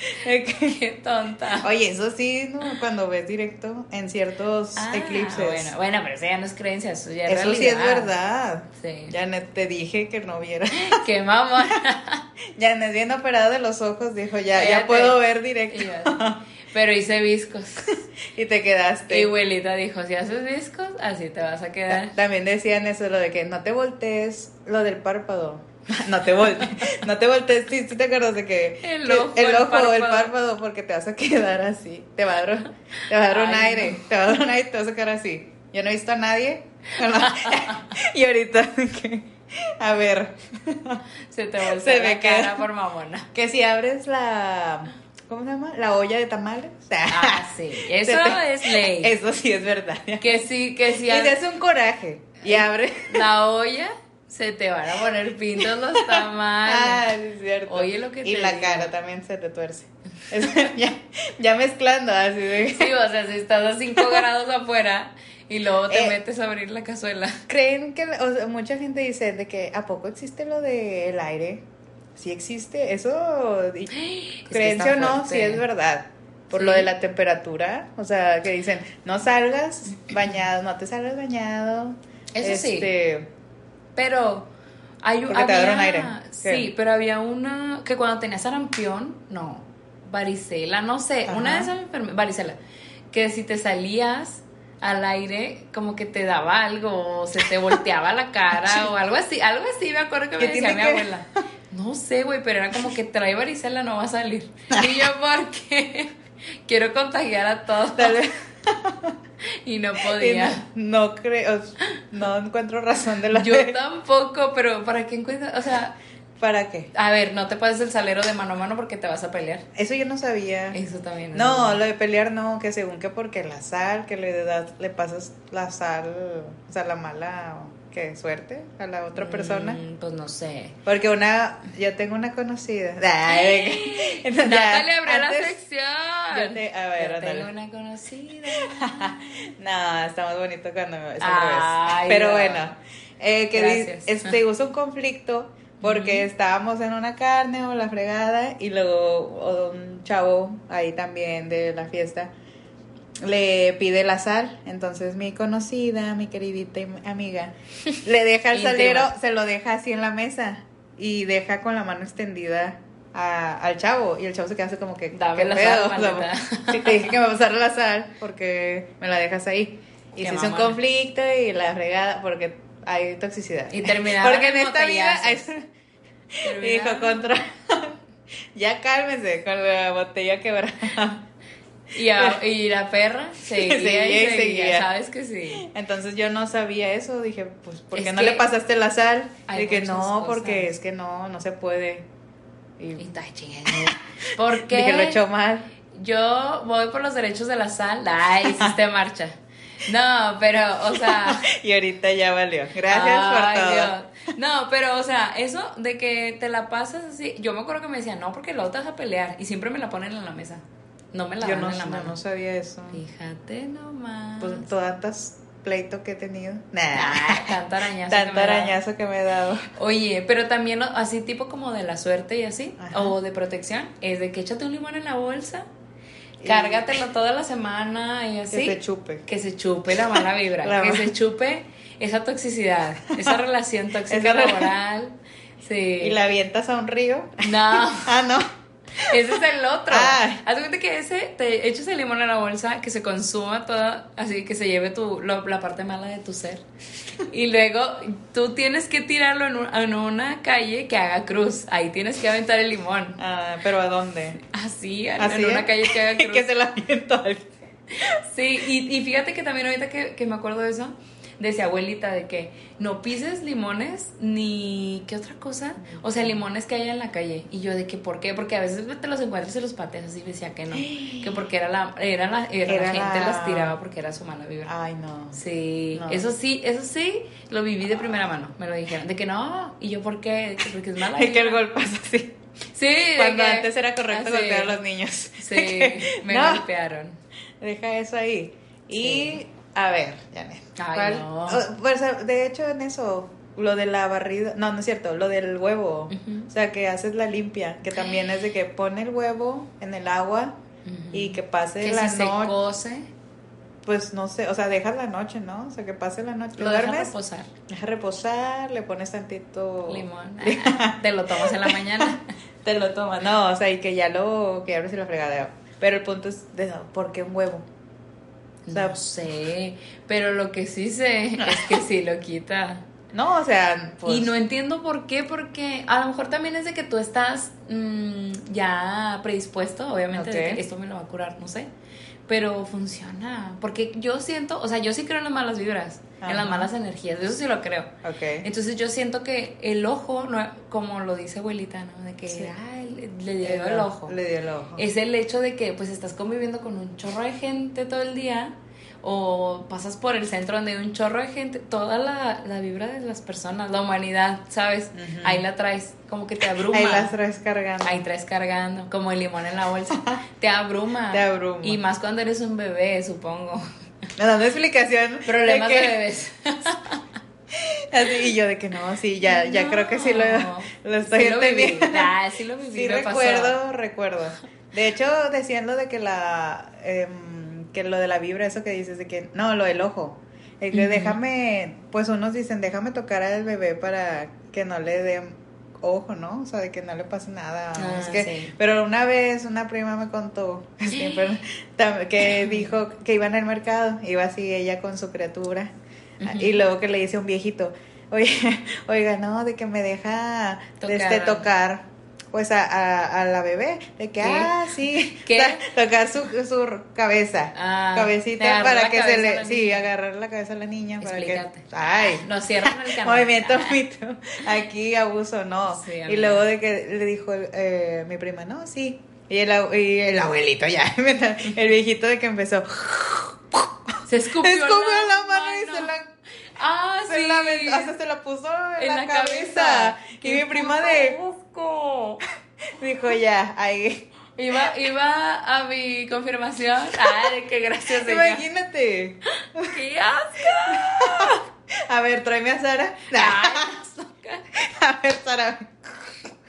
B: Qué tonta.
C: Oye, eso sí, ¿no? Cuando ves directo en ciertos
B: Ah,
C: eclipses.
B: Bueno, bueno, pero eso ya no es creencia, eso ya es
C: eso sí es
B: realidad.
C: verdad.
B: Sí.
C: Janet, te dije que no viera.
B: [LAUGHS]
C: [LAUGHS]
B: Qué mamón.
C: Janet, bien operada de los ojos, dijo, ya,
B: Cállate.
C: ya puedo ver directo.
B: Y yo así, Pero hice viscos.
C: Y te quedaste.
B: Y abuelita dijo, si haces viscos, así te vas a quedar.
C: Ta- También decían eso, lo de que no te voltees, lo del párpado. [LAUGHS] No te voltees, no te voltees, sí, sí te acuerdas de que
B: El
C: que-
B: ojo,
C: el,
B: el
C: ojo, el
B: párpado.
C: párpado, porque te vas a quedar así, te va a dar, un- te va a dar un
B: Ay,
C: aire,
B: no.
C: te va a [LAUGHS] dar un aire, te vas a quedar así. Yo no he visto a nadie, con la- y ahorita, que A ver,
B: Se te voltea
C: Se
B: la
C: me queda.
B: cara por mamona.
C: que si abres la. ¿Cómo se llama? La olla de tamales. [LAUGHS]
B: Ah, sí. Eso
C: Se te-
B: es ley.
C: Eso sí es verdad.
B: Que sí, que sí.
C: Y te hace un coraje. Y abre.
B: la olla se te van a poner pintos los
C: Ah,
B: tamales.
C: sí, es cierto.
B: Oye, lo que
C: Y
B: te
C: la
B: digo.
C: cara también se te tuerce. [LAUGHS] Es- ya, ya mezclando así de.
B: Sí, o sea, si estás a 5 grados afuera y luego te
C: Eh.
B: metes a abrir la cazuela.
C: Creen que o sea, mucha gente dice de que a poco existe lo del aire. Sí existe eso. y- creencia o
B: está
C: no,
B: fuerte.
C: sí es verdad. Por
B: Sí.
C: lo de la temperatura, o sea, que dicen, no salgas bañado, no te salgas bañado.
B: Eso sí.
C: Este,
B: Pero hay un
C: Porque te agarran aire.
B: Sí,
C: ¿Qué?
B: pero había una que cuando tenía sarampión, no, varicela, no sé,
C: Ajá.
B: una de esas enfermedades, varicela, que si te salías al aire como que te daba algo o se te volteaba la
C: [LAUGHS]
B: cara o algo así, algo así me acuerdo que me
C: ¿Qué
B: decía
C: tiene
B: mi
C: que-
B: abuela. No sé, güey, pero era como que trae varicela, no va a salir.
C: [LAUGHS]
B: Y yo, ¿por qué? Quiero contagiar a todos
C: Tal vez-
B: [LAUGHS] y no
C: y
B: podía.
C: no, no creo, no encuentro razón de la
B: Yo tampoco, pero ¿para qué encuentras? O sea,
C: ¿Para qué?
B: A ver, no te pases el salero de mano a mano porque te vas a pelear.
C: Eso yo no sabía.
B: Eso también. es
C: No,
B: verdad. Mm,
C: lo de pelear no, que según que porque la sal, que le das, le pasas la sal, o sea, la mala, que suerte a la otra persona.
B: Mm, pues no
C: [LAUGHS]
B: sé.
C: Porque una, yo tengo una conocida. [LAUGHS] Entonces,
B: Natalia, abrió la
C: antes-
B: sección.
C: yo te- a ver,
B: Yo
C: ándale.
B: tengo una
C: [LAUGHS]
B: conocida.
C: No, está más bonito cuando es al
B: Ay,
C: revés. Pero
B: no.
C: bueno, eh, que di-
B: Gracias. [LAUGHS]
C: este hubo un conflicto porque estábamos en una carne o la fregada y luego un chavo ahí también de la fiesta le pide la sal, entonces mi conocida, mi queridita y amiga, le deja
B: [LAUGHS]
C: el
B: Íntima.
C: salero, se lo deja así en la mesa y deja con la mano extendida a- al chavo y el chavo se queda así como que
B: Dame
C: ¿qué
B: la sal,
C: pedo? [LAUGHS] O sea,
B: maldita.
C: sí, te dije que me pasara la sal porque me la dejas ahí. Y
B: Qué
C: se hizo un
B: mamona.
C: conflicto y la fregada porque hay toxicidad.
B: Y terminaron
C: Porque en
B: en
C: esta vida
B: botellazos.
C: y dijo contra [LAUGHS] ya cálmese con la botella quebrada. [LAUGHS]
B: Y, a- y la perra seguía,
C: Seguía
B: y
C: y
B: seguía.
C: seguía.
B: Sabes que sí.
C: Entonces yo no sabía eso, dije, pues ¿por qué
B: Es
C: no
B: que
C: le pasaste la sal?
B: hay
C: Dije,
B: muchas
C: no, porque
B: cosas.
C: es que no, no se puede. Y
B: Y ay, chinga, ¿Por qué?
C: [LAUGHS] dije, lo he hecho mal.
B: Yo voy por los derechos de la sal. Ay, hiciste marcha. No, pero, o sea.
C: Y ahorita ya valió. Gracias
B: Ay,
C: por todo.
B: Dios. No, pero, o sea, eso de que te la pasas así. Yo me acuerdo que me decían, no, porque la otra vas a pelear. Y siempre me la ponen en la mesa. No me la
C: Yo
B: dan
C: no,
B: en la
C: no,
B: mano.
C: no sabía eso.
B: Fíjate nomás.
C: Pues tantas pleito que he tenido. Nah.
B: Ah, [LAUGHS] tanto arañazo. que
C: Tanto
B: me da.
C: arañazo que me he dado.
B: Oye, pero también o- así tipo como de la suerte y así,
C: Ajá.
B: o de protección, es de que échate un limón en la bolsa,
C: Y-
B: cárgatelo toda la semana y así.
C: Que se chupe.
B: Que se chupe la
C: [LAUGHS]
B: mala vibra,
C: La
B: que
C: ma-
B: se chupe esa toxicidad,
C: [LAUGHS]
B: esa relación tóxica
C: Esa re-
B: laboral. Sí.
C: Y la avientas a un río.
B: No, [LAUGHS]
C: Ah, no.
B: ese es el otro.
C: Ah.
B: Haz de cuenta que ese, te echas el limón en la bolsa, que se consuma toda, así que se lleve tu, lo- la parte mala de tu ser. Y luego tú tienes que tirarlo en, un- en una calle que haga cruz. Ahí tienes que aventar el limón.
C: Ah, pero ¿a dónde?
B: Así, en-
C: Así.
B: en una calle que
C: [LAUGHS]
B: haga cruz.
C: que se la aviento al.
B: Sí, y, y fíjate que también ahorita que, que me acuerdo de eso, decía abuelita de que no pises limones ni qué otra cosa, o sea, limones que haya en la calle. Y yo de que, ¿por qué? Porque a veces te los encuentras y los pateas así, decía
C: [GASPS]
B: que no, que porque era la, era la, era la
C: Era
B: gente
C: la- Ah.
B: las tiraba porque era su mala vibra.
C: Ay, no.
B: Sí,
C: No.
B: eso sí, eso sí, lo viví de primera mano, me lo dijeron, de que no, y yo, ¿por qué? De que Porque es
C: [LAUGHS]
B: mala
C: Es que el
B: vibra.
C: golpazo así.
B: Sí, de
C: Cuando
B: que-
C: antes era correcto
B: así.
C: golpear a los niños.
B: Sí,
C: [LAUGHS]
B: me
C: No.
B: golpearon.
C: Deja eso ahí. Y a ver, Janet.
B: Ay,
C: ¿cuál-
B: no.
C: o- pues, de hecho, en eso, lo de la barrida. No, no es cierto, lo del huevo.
B: Ujú.
C: O sea, que haces la limpia. Que también es de que pone el huevo en el agua y que pase
B: que
C: la
B: si se
C: noche.
B: cose,
C: Pues no sé, o sea, dejas la noche, ¿no? O sea, que pase la noche.
B: Lo dejas
C: duermes,
B: reposar.
C: dejas reposar, le pones tantito.
B: [LAUGHS] Limón. Ah, Te lo tomas en la mañana.
C: Te lo tomas. No, o sea, y que ya lo. que abres y la fregadera. Pero el punto es, de, ¿por qué un huevo?
B: No sé. Pero lo que sí [LAUGHS] sé es que sí lo quita.
C: No, o sea, pues.
B: Y no entiendo por qué, porque a lo mejor también es de que tú estás mm, ya predispuesto, obviamente, de
C: Ok.
B: que esto me lo va a curar, no sé. pero funciona. Porque yo siento, o sea, yo sí creo en las malas vibras, en las
C: Ajá.
B: malas energías, eso sí lo creo.
C: Ok.
B: Entonces yo siento que el ojo, no, como lo dice abuelita, ¿no? De que
C: Sí.
B: "Ay, le, le dio el ojo.
C: Le dio el ojo.
B: Es el hecho de que pues estás conviviendo con un chorro de gente todo el día o pasas por el centro donde hay un chorro de gente, toda la, la vibra de las personas, la humanidad, ¿sabes?
C: Ujú.
B: Ahí la traes, como que te abruma.
C: Ahí las traes cargando.
B: Ahí traes cargando, como el limón en la bolsa. Te abruma.
C: Te abruma.
B: Y más cuando eres un bebé, supongo.
C: Dando explicación. de
B: Problemas de,
C: que-
B: bebés.
C: Así, y yo de que no, sí, ya, ya creo que sí lo,
B: No.
C: lo estoy
B: Sí lo viví.
C: entendiendo.
B: Ah, sí lo viví,
C: Sí,
B: me pasó.
C: recuerdo, recuerdo. De hecho, decían lo de que la em, que lo de la vibra, eso que dices de que no, lo del ojo. El que
B: Ujú.
C: déjame, pues unos dicen, déjame tocar al bebé para que no le den ojo, ¿no? O sea, de que no le pase nada.
B: Ah,
C: es que-
B: sí.
C: Pero una vez una prima me contó [LAUGHS] siempre, tam- que dijo que iban al mercado, iba así ella con su criatura ah, y luego que le dice a un viejito, oye, [LAUGHS] oiga, no, de que me deja
B: Tocar.
C: tocar, este, tocar pues a, a, a la bebé, de que,
B: ¿Qué?
C: ah, sí, [LAUGHS]
B: ¿Qué?
C: o sea, tocar su, su cabeza,
B: Ah,
C: cabecita
B: agarrar la
C: para que
B: cabeza
C: se
B: a la
C: le, sí,
B: niña. Ah,
C: agarrar la cabeza a la niña
B: Explícate.
C: para que, ay,
B: Nos cierran el canal. [LAUGHS]
C: Movimiento [LAUGHS] mito. Aquí abuso, no.
B: Sí,
C: y
B: amiga.
C: luego de que le dijo eh, mi prima, no, sí. Y el, abu- y el abuelito ya, [LAUGHS] el viejito de que empezó,
B: Se escupió,
C: escupió la mano y se la
B: Ah,
C: se
B: sí.
C: la aventó, hasta se la puso en,
B: en
C: la, cabeza. Y mi prima de
B: busco.
C: [LAUGHS] dijo ya, ahí.
B: Iba, iba a mi
C: [LAUGHS]
B: confirmación. Ay, qué gracioso.
C: Imagínate.
B: ¡Qué asco!
C: A ver, tráeme a Sara. [LAUGHS]
B: Ay, azúcar.
C: A ver, Sara.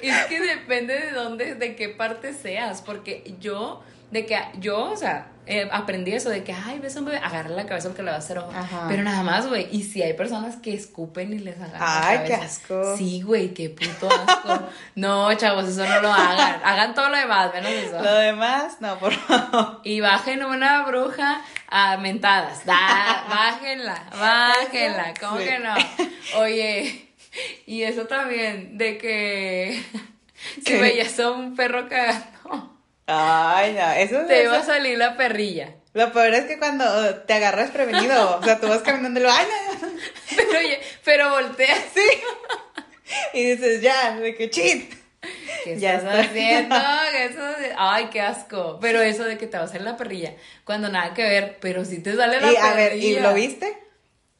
B: Es que depende de dónde, de qué parte seas, porque yo, de que yo, o sea, eh, aprendí eso de que, ay, ves a un bebé, agarra la cabeza porque le va a hacer ojo.
C: Ajá.
B: Pero nada más, güey. Y si hay personas que escupen y les agarran
C: Ay,
B: la
C: qué
B: cabeza.
C: asco.
B: Sí, güey, qué puto
C: [LAUGHS]
B: asco. no, chavos, eso no lo hagan. Hagan todo lo demás, menos eso.
C: Lo demás, no, por favor.
B: Y bajen una bruja a mentadas.
C: [LAUGHS]
B: Da- bájenla, bájenla. ¿Cómo
C: Sí.
B: que no? Oye, y eso también, de que [LAUGHS] si
C: ¿Qué?
B: veías a un perro
C: [LAUGHS]
B: cagando,
C: Ay, no, eso
B: te
C: es.
B: iba a salir la perrilla. [LAUGHS]
C: Lo peor es que cuando te agarras prevenido, o sea, tú vas caminando y lo, ay, no, no, no.
B: Pero, oye, pero volteas.
C: sí. Y dices, ya, de que chit.
B: ¿Qué
C: Ya
B: estás
C: está. [LAUGHS]
B: haciendo? ¿Qué estás haciendo? Ay, qué asco. Pero eso de que te va a salir la perrilla, cuando nada que ver, pero si te sale la
C: Y
B: perrilla.
C: a ver, ¿y lo viste?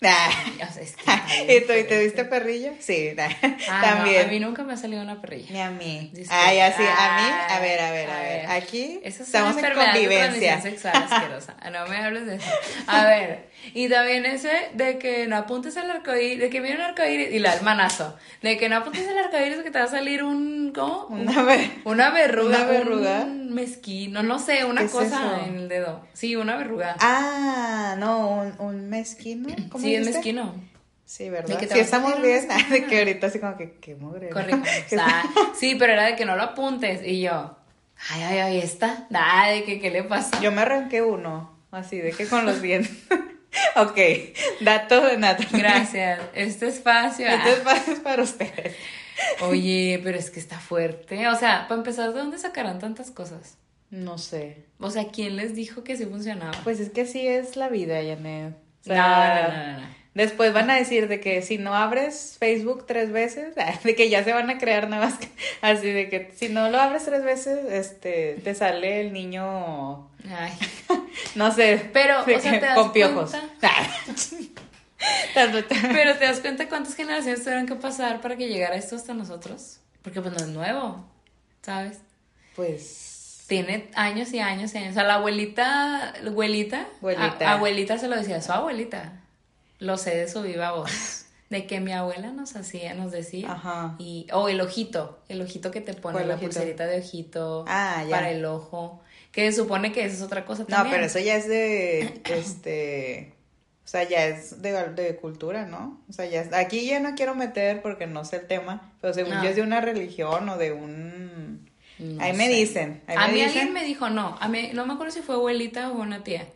C: Nah. [LAUGHS]
B: O sea, es que está bien
C: ¿Y tú y te
B: diferente.
C: viste perrillo? Sí, nah.
B: Ah, no,
C: también.
B: a mí nunca me ha salido una perrilla.
C: Ni a mí.
B: Disculpa.
C: Ay, así, a mí, a
B: Ay,
C: ver, a ver, a
B: a
C: ver.
B: ver.
C: Aquí
B: Esas son
C: estamos en
B: enfermedades de
C: convivencia.
B: transmisión sexual asquerosa.
C: [LAUGHS]
B: Ah, No me hables de eso. A ver, y también ese de que no apuntes al arcoíris, de que viene un arcoíris y la hermanazo. De que no apuntes al arcoíris que te va a salir un ¿cómo?
C: Una vez.
B: Una verruga,
C: Una verruga.
B: un mezquino, no sé, una
C: ¿Qué es
B: cosa
C: eso?
B: en el dedo. Sí, una verruga.
C: Ah, no, un, un mezquino. ¿Cómo
B: sí, es
C: dijiste?
B: mezquino.
C: Sí,
B: De
C: ¿verdad?
B: que te vas
C: Sí,
B: a
C: estamos
B: poner
C: bien.
B: una
C: ah, [LAUGHS] De que ahorita así como que, qué mugre. ¿no? [LAUGHS]
B: Correcto.
C: Que-
B: sí, pero era de que no lo apuntes y yo, ay, ay, ay, esta. Nada, de que qué le pasó.
C: Yo me arranqué uno, así de que con los dientes. [LAUGHS] ok, dato de Natalia. [LAUGHS]
B: Gracias. Este espacio. ah.
C: Este espacio es para ustedes.
B: Oye, pero es que está fuerte. O sea, para empezar, ¿de dónde sacarán tantas cosas?
C: No sé.
B: O sea, ¿quién les dijo que sí funcionaba?
C: Pues es que así es la vida, Janet. O
B: no,
C: sea,
B: no, no, no, no.
C: Después van a decir de que si no abres Facebook tres veces, [LAUGHS] de que ya se van a crear nuevas, así de que si no lo abres tres veces, este, te sale el niño, [LAUGHS]
B: Ay.
C: no sé,
B: Pero, o
C: de
B: sea,
C: que-
B: ¿te das
C: con piojos. [LAUGHS]
B: cuenta?
C: Tanto- tan-
B: Pero ¿te das cuenta cuántas generaciones tuvieron que pasar para que llegara esto hasta nosotros? Porque pues no es nuevo, ¿sabes?
C: Pues,
B: Tiene años y años y años. O sea, la abuelita, abuelita,
C: Abuelita.
B: a- abuelita se lo decía a su abuelita. Lo sé de su viva voz. De que mi abuela nos hacía, nos decía.
C: ajá.
B: Y, o el ojito, el ojito que te pone,
C: ¿Cuál
B: la
C: ojito?
B: pulserita de ojito
C: Ah, ya.
B: para el ojo, que se supone que eso es otra cosa
C: No,
B: también.
C: pero eso ya es de, este, o sea, ya es de, de cultura, ¿no? O sea, ya es- aquí ya no quiero meter porque no sé el tema, pero según
B: No.
C: yo es de una religión o de un...
B: No
C: ahí me
B: sé.
C: dicen, ahí
B: a
C: me
B: mí
C: dicen.
B: alguien me dijo, no, a mí no me acuerdo si fue abuelita o una tía,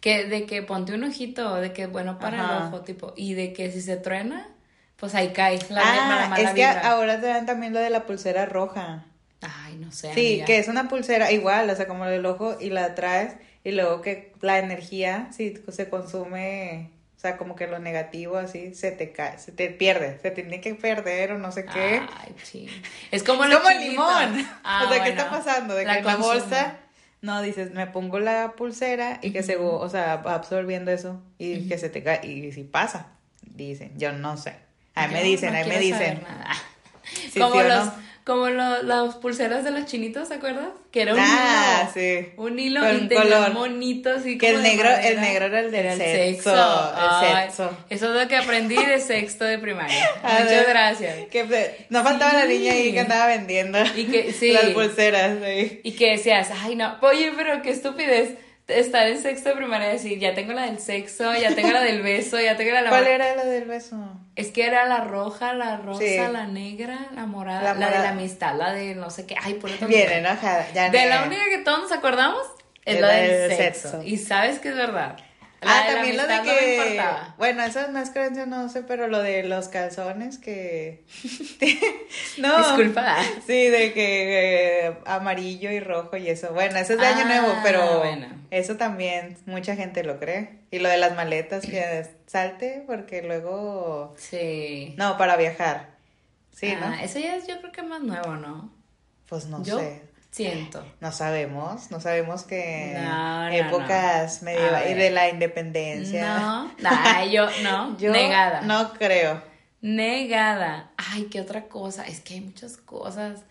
B: que de que ponte un ojito, de que bueno para el
C: Ajá.
B: ojo, tipo, y de que si se truena, pues ahí cae la,
C: ah,
B: la mala
C: es que
B: vibra.
C: ahora te dan también lo de la pulsera roja.
B: Ay, no sé.
C: Sí,
B: amiga.
C: que es una pulsera igual, o sea, como el ojo y la traes Y luego que la energía, si se consume, o sea, como que lo negativo así, se te cae, se te pierde, se tiene que perder o no sé qué.
B: Ay, sí. Es Ah, como,
C: Es
B: los
C: como el
B: chilitos.
C: limón.
B: Ah,
C: [LAUGHS] o sea, ¿qué
B: bueno.
C: está pasando? De que en la
B: consumo.
C: bolsa, no, dices, me pongo la pulsera y que se, go- o sea, va absorbiendo eso y que se te cae, y si pasa, dicen, yo no sé. Ahí me
B: Yo
C: dicen,
B: no
C: ahí me
B: quiero saber
C: dicen. Ah,
B: nada. [LAUGHS]
C: Sí,
B: como
C: sí o
B: los,
C: no.
B: como lo- las pulseras de los chinitos, ¿te acuerdas? Que era un
C: Ah,
B: hilo.
C: sí.
B: Un hilo
C: Con
B: y tenía
C: color.
B: monitos y
C: Que el negro- el negro era el del sexo, el sexo.
B: Eso es lo que aprendí de sexto de primaria.
C: [LAUGHS] A
B: Muchas
C: ver,
B: gracias.
C: Que fe- no faltaba la niña ahí que andaba vendiendo
B: Y que-
C: [LAUGHS]
B: sí.
C: las pulseras. ahí.
B: Y que decías, ay no, oye, pero qué estupidez estar en sexto de primaria y decir, ya tengo la del sexo, ya tengo la del beso, ya tengo la de la
C: ¿Cuál
B: mor-".
C: era la del beso?
B: Es que era la roja, la rosa,
C: Sí.
B: la negra, la morada, la,
C: La
B: de
C: morada.
B: la amistad, la de no sé qué, ay, por eso.
C: Bien enojada. Ya
B: De
C: no
B: la
C: era.
B: única que todos nos acordamos es
C: Es
B: la
C: la
B: del,
C: del
B: sexo.
C: sexo.
B: Y sabes que es verdad. La
C: Ah,
B: de la
C: también lo de
B: amistad no me
C: que.
B: importaba.
C: bueno, eso es más creencia, no sé, pero lo de los calzones
B: [LAUGHS]
C: que. [LAUGHS] no. [LAUGHS]
B: Disculpa.
C: Sí, de que eh, amarillo y rojo y eso. Bueno, eso es de año
B: Ah,
C: nuevo, pero
B: bueno.
C: eso también mucha gente lo cree. Y lo de las maletas que salte porque luego
B: Sí.
C: no para viajar. Sí,
B: Ah,
C: ¿no?
B: Eso ya es, yo creo que más nuevo, ¿no?
C: Pues no
B: yo
C: sé.
B: siento.
C: No sabemos, no sabemos que
B: No, no,
C: épocas
B: no.
C: medio-
B: A
C: y
B: ver.
C: de la independencia.
B: No, nah, yo no,
C: [LAUGHS] Yo
B: negada.
C: no creo.
B: Negada. Ay, qué otra cosa. Es que hay muchas cosas.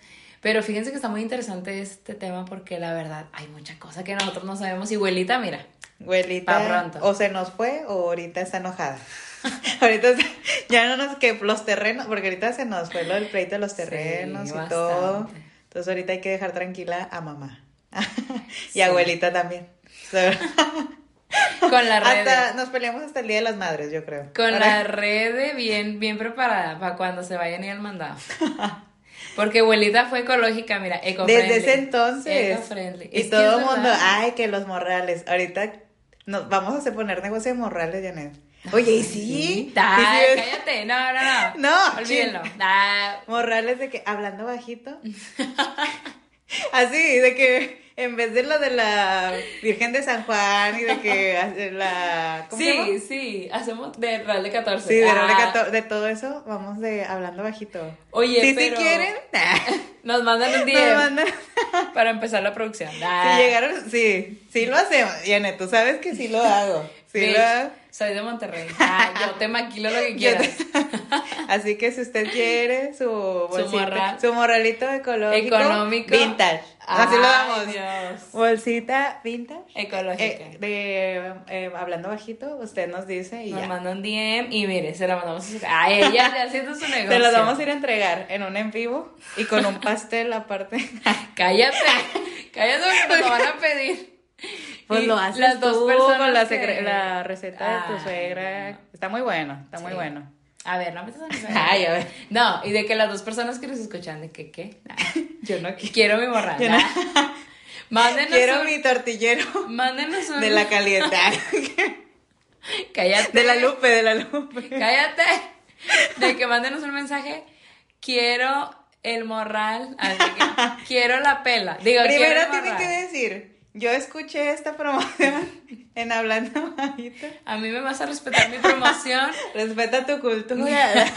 B: Pero fíjense que está muy interesante este tema porque la verdad hay mucha cosa que nosotros no sabemos. Y abuelita, mira.
C: Güelita,
B: Pa' pronto.
C: o se nos fue o ahorita está enojada. [LAUGHS] ahorita está- ya no nos que los terrenos, porque ahorita se nos fue lo del pleito de los terrenos y
B: bastante.
C: todo. Entonces ahorita hay que dejar tranquila a mamá. [LAUGHS] y
B: Sí.
C: abuelita también. So,
B: Con la red.
C: [LAUGHS] hasta nos peleamos hasta el Día de las Madres, yo creo.
B: Con
C: Ahora- [LAUGHS]
B: la red bien, bien preparada para cuando se vayan a ir al mandado. Porque abuelita fue ecológica, mira, eco-friendly.
C: Desde ese entonces.
B: Eco-friendly.
C: Y
B: Es que
C: todo
B: es
C: el mundo,
B: verdad.
C: ay, que los morrales. Ahorita nos vamos a hacer poner negocio de morrales, Janet. Oye, ¿y sí?
B: Sí, ay,
C: ¿Y sí ves?
B: cállate. No, no, no.
C: [LAUGHS] No,
B: Olvídenlo. Ah,
C: Morrales de que
B: [LAUGHS]
C: hablando bajito. Así, de que en vez de lo de la Virgen de San Juan y de que hace la. ¿cómo se
B: Sí,
C: llama?
B: sí, hacemos de Real de 14.
C: Sí, de, lo de
B: Ah,
C: cato- de todo eso, vamos de hablando bajito.
B: Oye,
C: si sí
B: pero- [LAUGHS]
C: quieren,
B: Nos mandan un
C: nos
B: 10
C: mandan-
B: para empezar la producción.
C: Si
B: Ah,
C: llegaron, sí, sí lo hacemos. Janet, tú sabes que sí lo [LAUGHS] hago. Sí
B: bitch,
C: lo hago.
B: Soy de Monterrey. Ah, yo te maquilo lo
C: [LAUGHS]
B: que quieras.
C: Así que si usted quiere su bolsita-
B: morral.
C: su morralito ecológico,
B: Económico.
C: vintage. Así lo damos.
B: Ay, Dios.
C: Bolsita vintage.
B: Ecológica.
C: Eh, de, eh, hablando bajito, usted nos dice y
B: Nos
C: ya.
B: manda un DM y mire, se la mandamos a su- a ella, ya haciendo
C: [LAUGHS]
B: su negocio.
C: Te los vamos a ir a entregar en un en vivo y con un pastel [LAUGHS] aparte.
B: Cállate,
C: [LAUGHS]
B: cállate porque nos lo van a pedir.
C: Pues
B: Y
C: lo haces
B: las dos
C: tú
B: personas
C: con la,
B: que-
C: secre- la receta de
B: Ay,
C: tu suegra.
B: no.
C: Ah, Está muy bueno, está muy
B: Sí.
C: bueno.
B: A ver, no me estás
C: [LAUGHS] Ay, a ver.
B: No, y de que las dos personas que nos escuchan, de que qué. Nah.
C: [LAUGHS] Yo no quiero.
B: Quiero mi morral.
C: Yo no- [LAUGHS]
B: nah. Mándenos
C: Quiero
B: un-
C: mi tortillero
B: Mándenos un.
C: de la caliente.
B: Cállate.
C: [LAUGHS] De la lupe, de la lupe.
B: Cállate. De que mándenos un mensaje. Quiero el morral. así
C: [LAUGHS]
B: que, quiero la pela. Digo, quiero el
C: Primero tienen
B: morral.
C: que decir, yo escuché esta promoción [LAUGHS] en Hablando Bajito.
B: A mí me vas a respetar mi
C: [LAUGHS]
B: promoción.
C: Respeta tu
B: [LAUGHS]
C: cultura.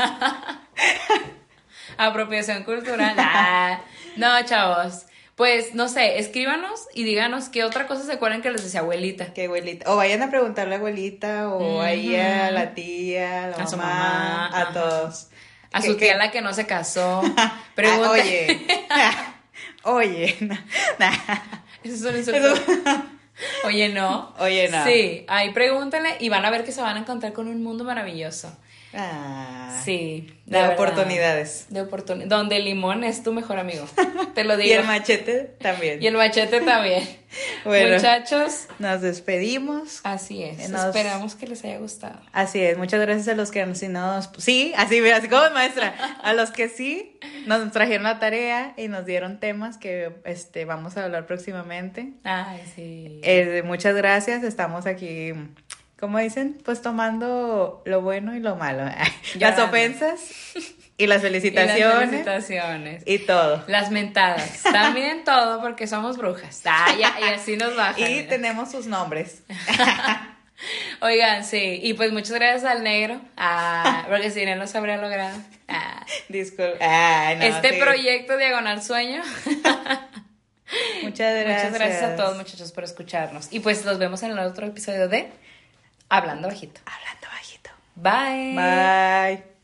B: Apropiación cultural. Ah, No, chavos. Pues no sé, escríbanos y díganos qué otra cosa se acuerdan que les decía abuelita.
C: que abuelita. O vayan a preguntarle a abuelita, o ahí a la tía, a la
B: A su
C: mamá,
B: mamá,
C: a
B: ajá.
C: todos.
B: A
C: Que-
B: su
C: que-
B: tía la que no se casó.
C: [LAUGHS] Ah,
B: Pregunta. [LAUGHS]
C: oye. oye. na- na.
B: Eso es un insulto. Oye, no.
C: [LAUGHS] Oye, no.
B: Sí, ahí pregúntenle y van a ver que se van a encontrar con un mundo maravilloso.
C: Ah.
B: Sí.
C: De
B: la verdad.
C: oportunidades.
B: De oportunidades. Donde el limón es tu mejor amigo.
C: [LAUGHS]
B: Te lo digo.
C: Y el machete también.
B: Y el machete también.
C: [LAUGHS] Bueno.
B: Muchachos,
C: Nos despedimos.
B: así es.
C: Nos-
B: Esperamos que les haya gustado.
C: Así es, muchas gracias a los que nos, si nos- sí, así, mira, así como maestra, a los que sí nos trajeron la tarea y nos dieron temas que este vamos a hablar próximamente.
B: Ay, sí.
C: Eh, muchas gracias, estamos aquí,
B: [LAUGHS]
C: como dicen, pues tomando lo bueno y lo malo, las
B: Llorando. [LAUGHS]
C: ofensas Y las felicitaciones. Y las
B: felicitaciones.
C: Y todo.
B: Las mentadas. También todo porque somos
C: [LAUGHS]
B: brujas. Ah, ya, y así nos bajan.
C: Y tenemos
B: [LAUGHS]
C: sus nombres.
B: Oigan, sí. Y pues muchas gracias al negro.
C: [LAUGHS]
B: Ah, porque sin él no se habría logrado. Ah.
C: Disculpe. Ay, no,
B: este
C: sí.
B: proyecto Diagonal Sueño.
C: Muchas
B: Muchas
C: gracias.
B: gracias a todos muchachos por escucharnos. Y pues los vemos en el otro episodio de Hablando Bajito.
C: Hablando Bajito.
B: Bye.
C: Bye.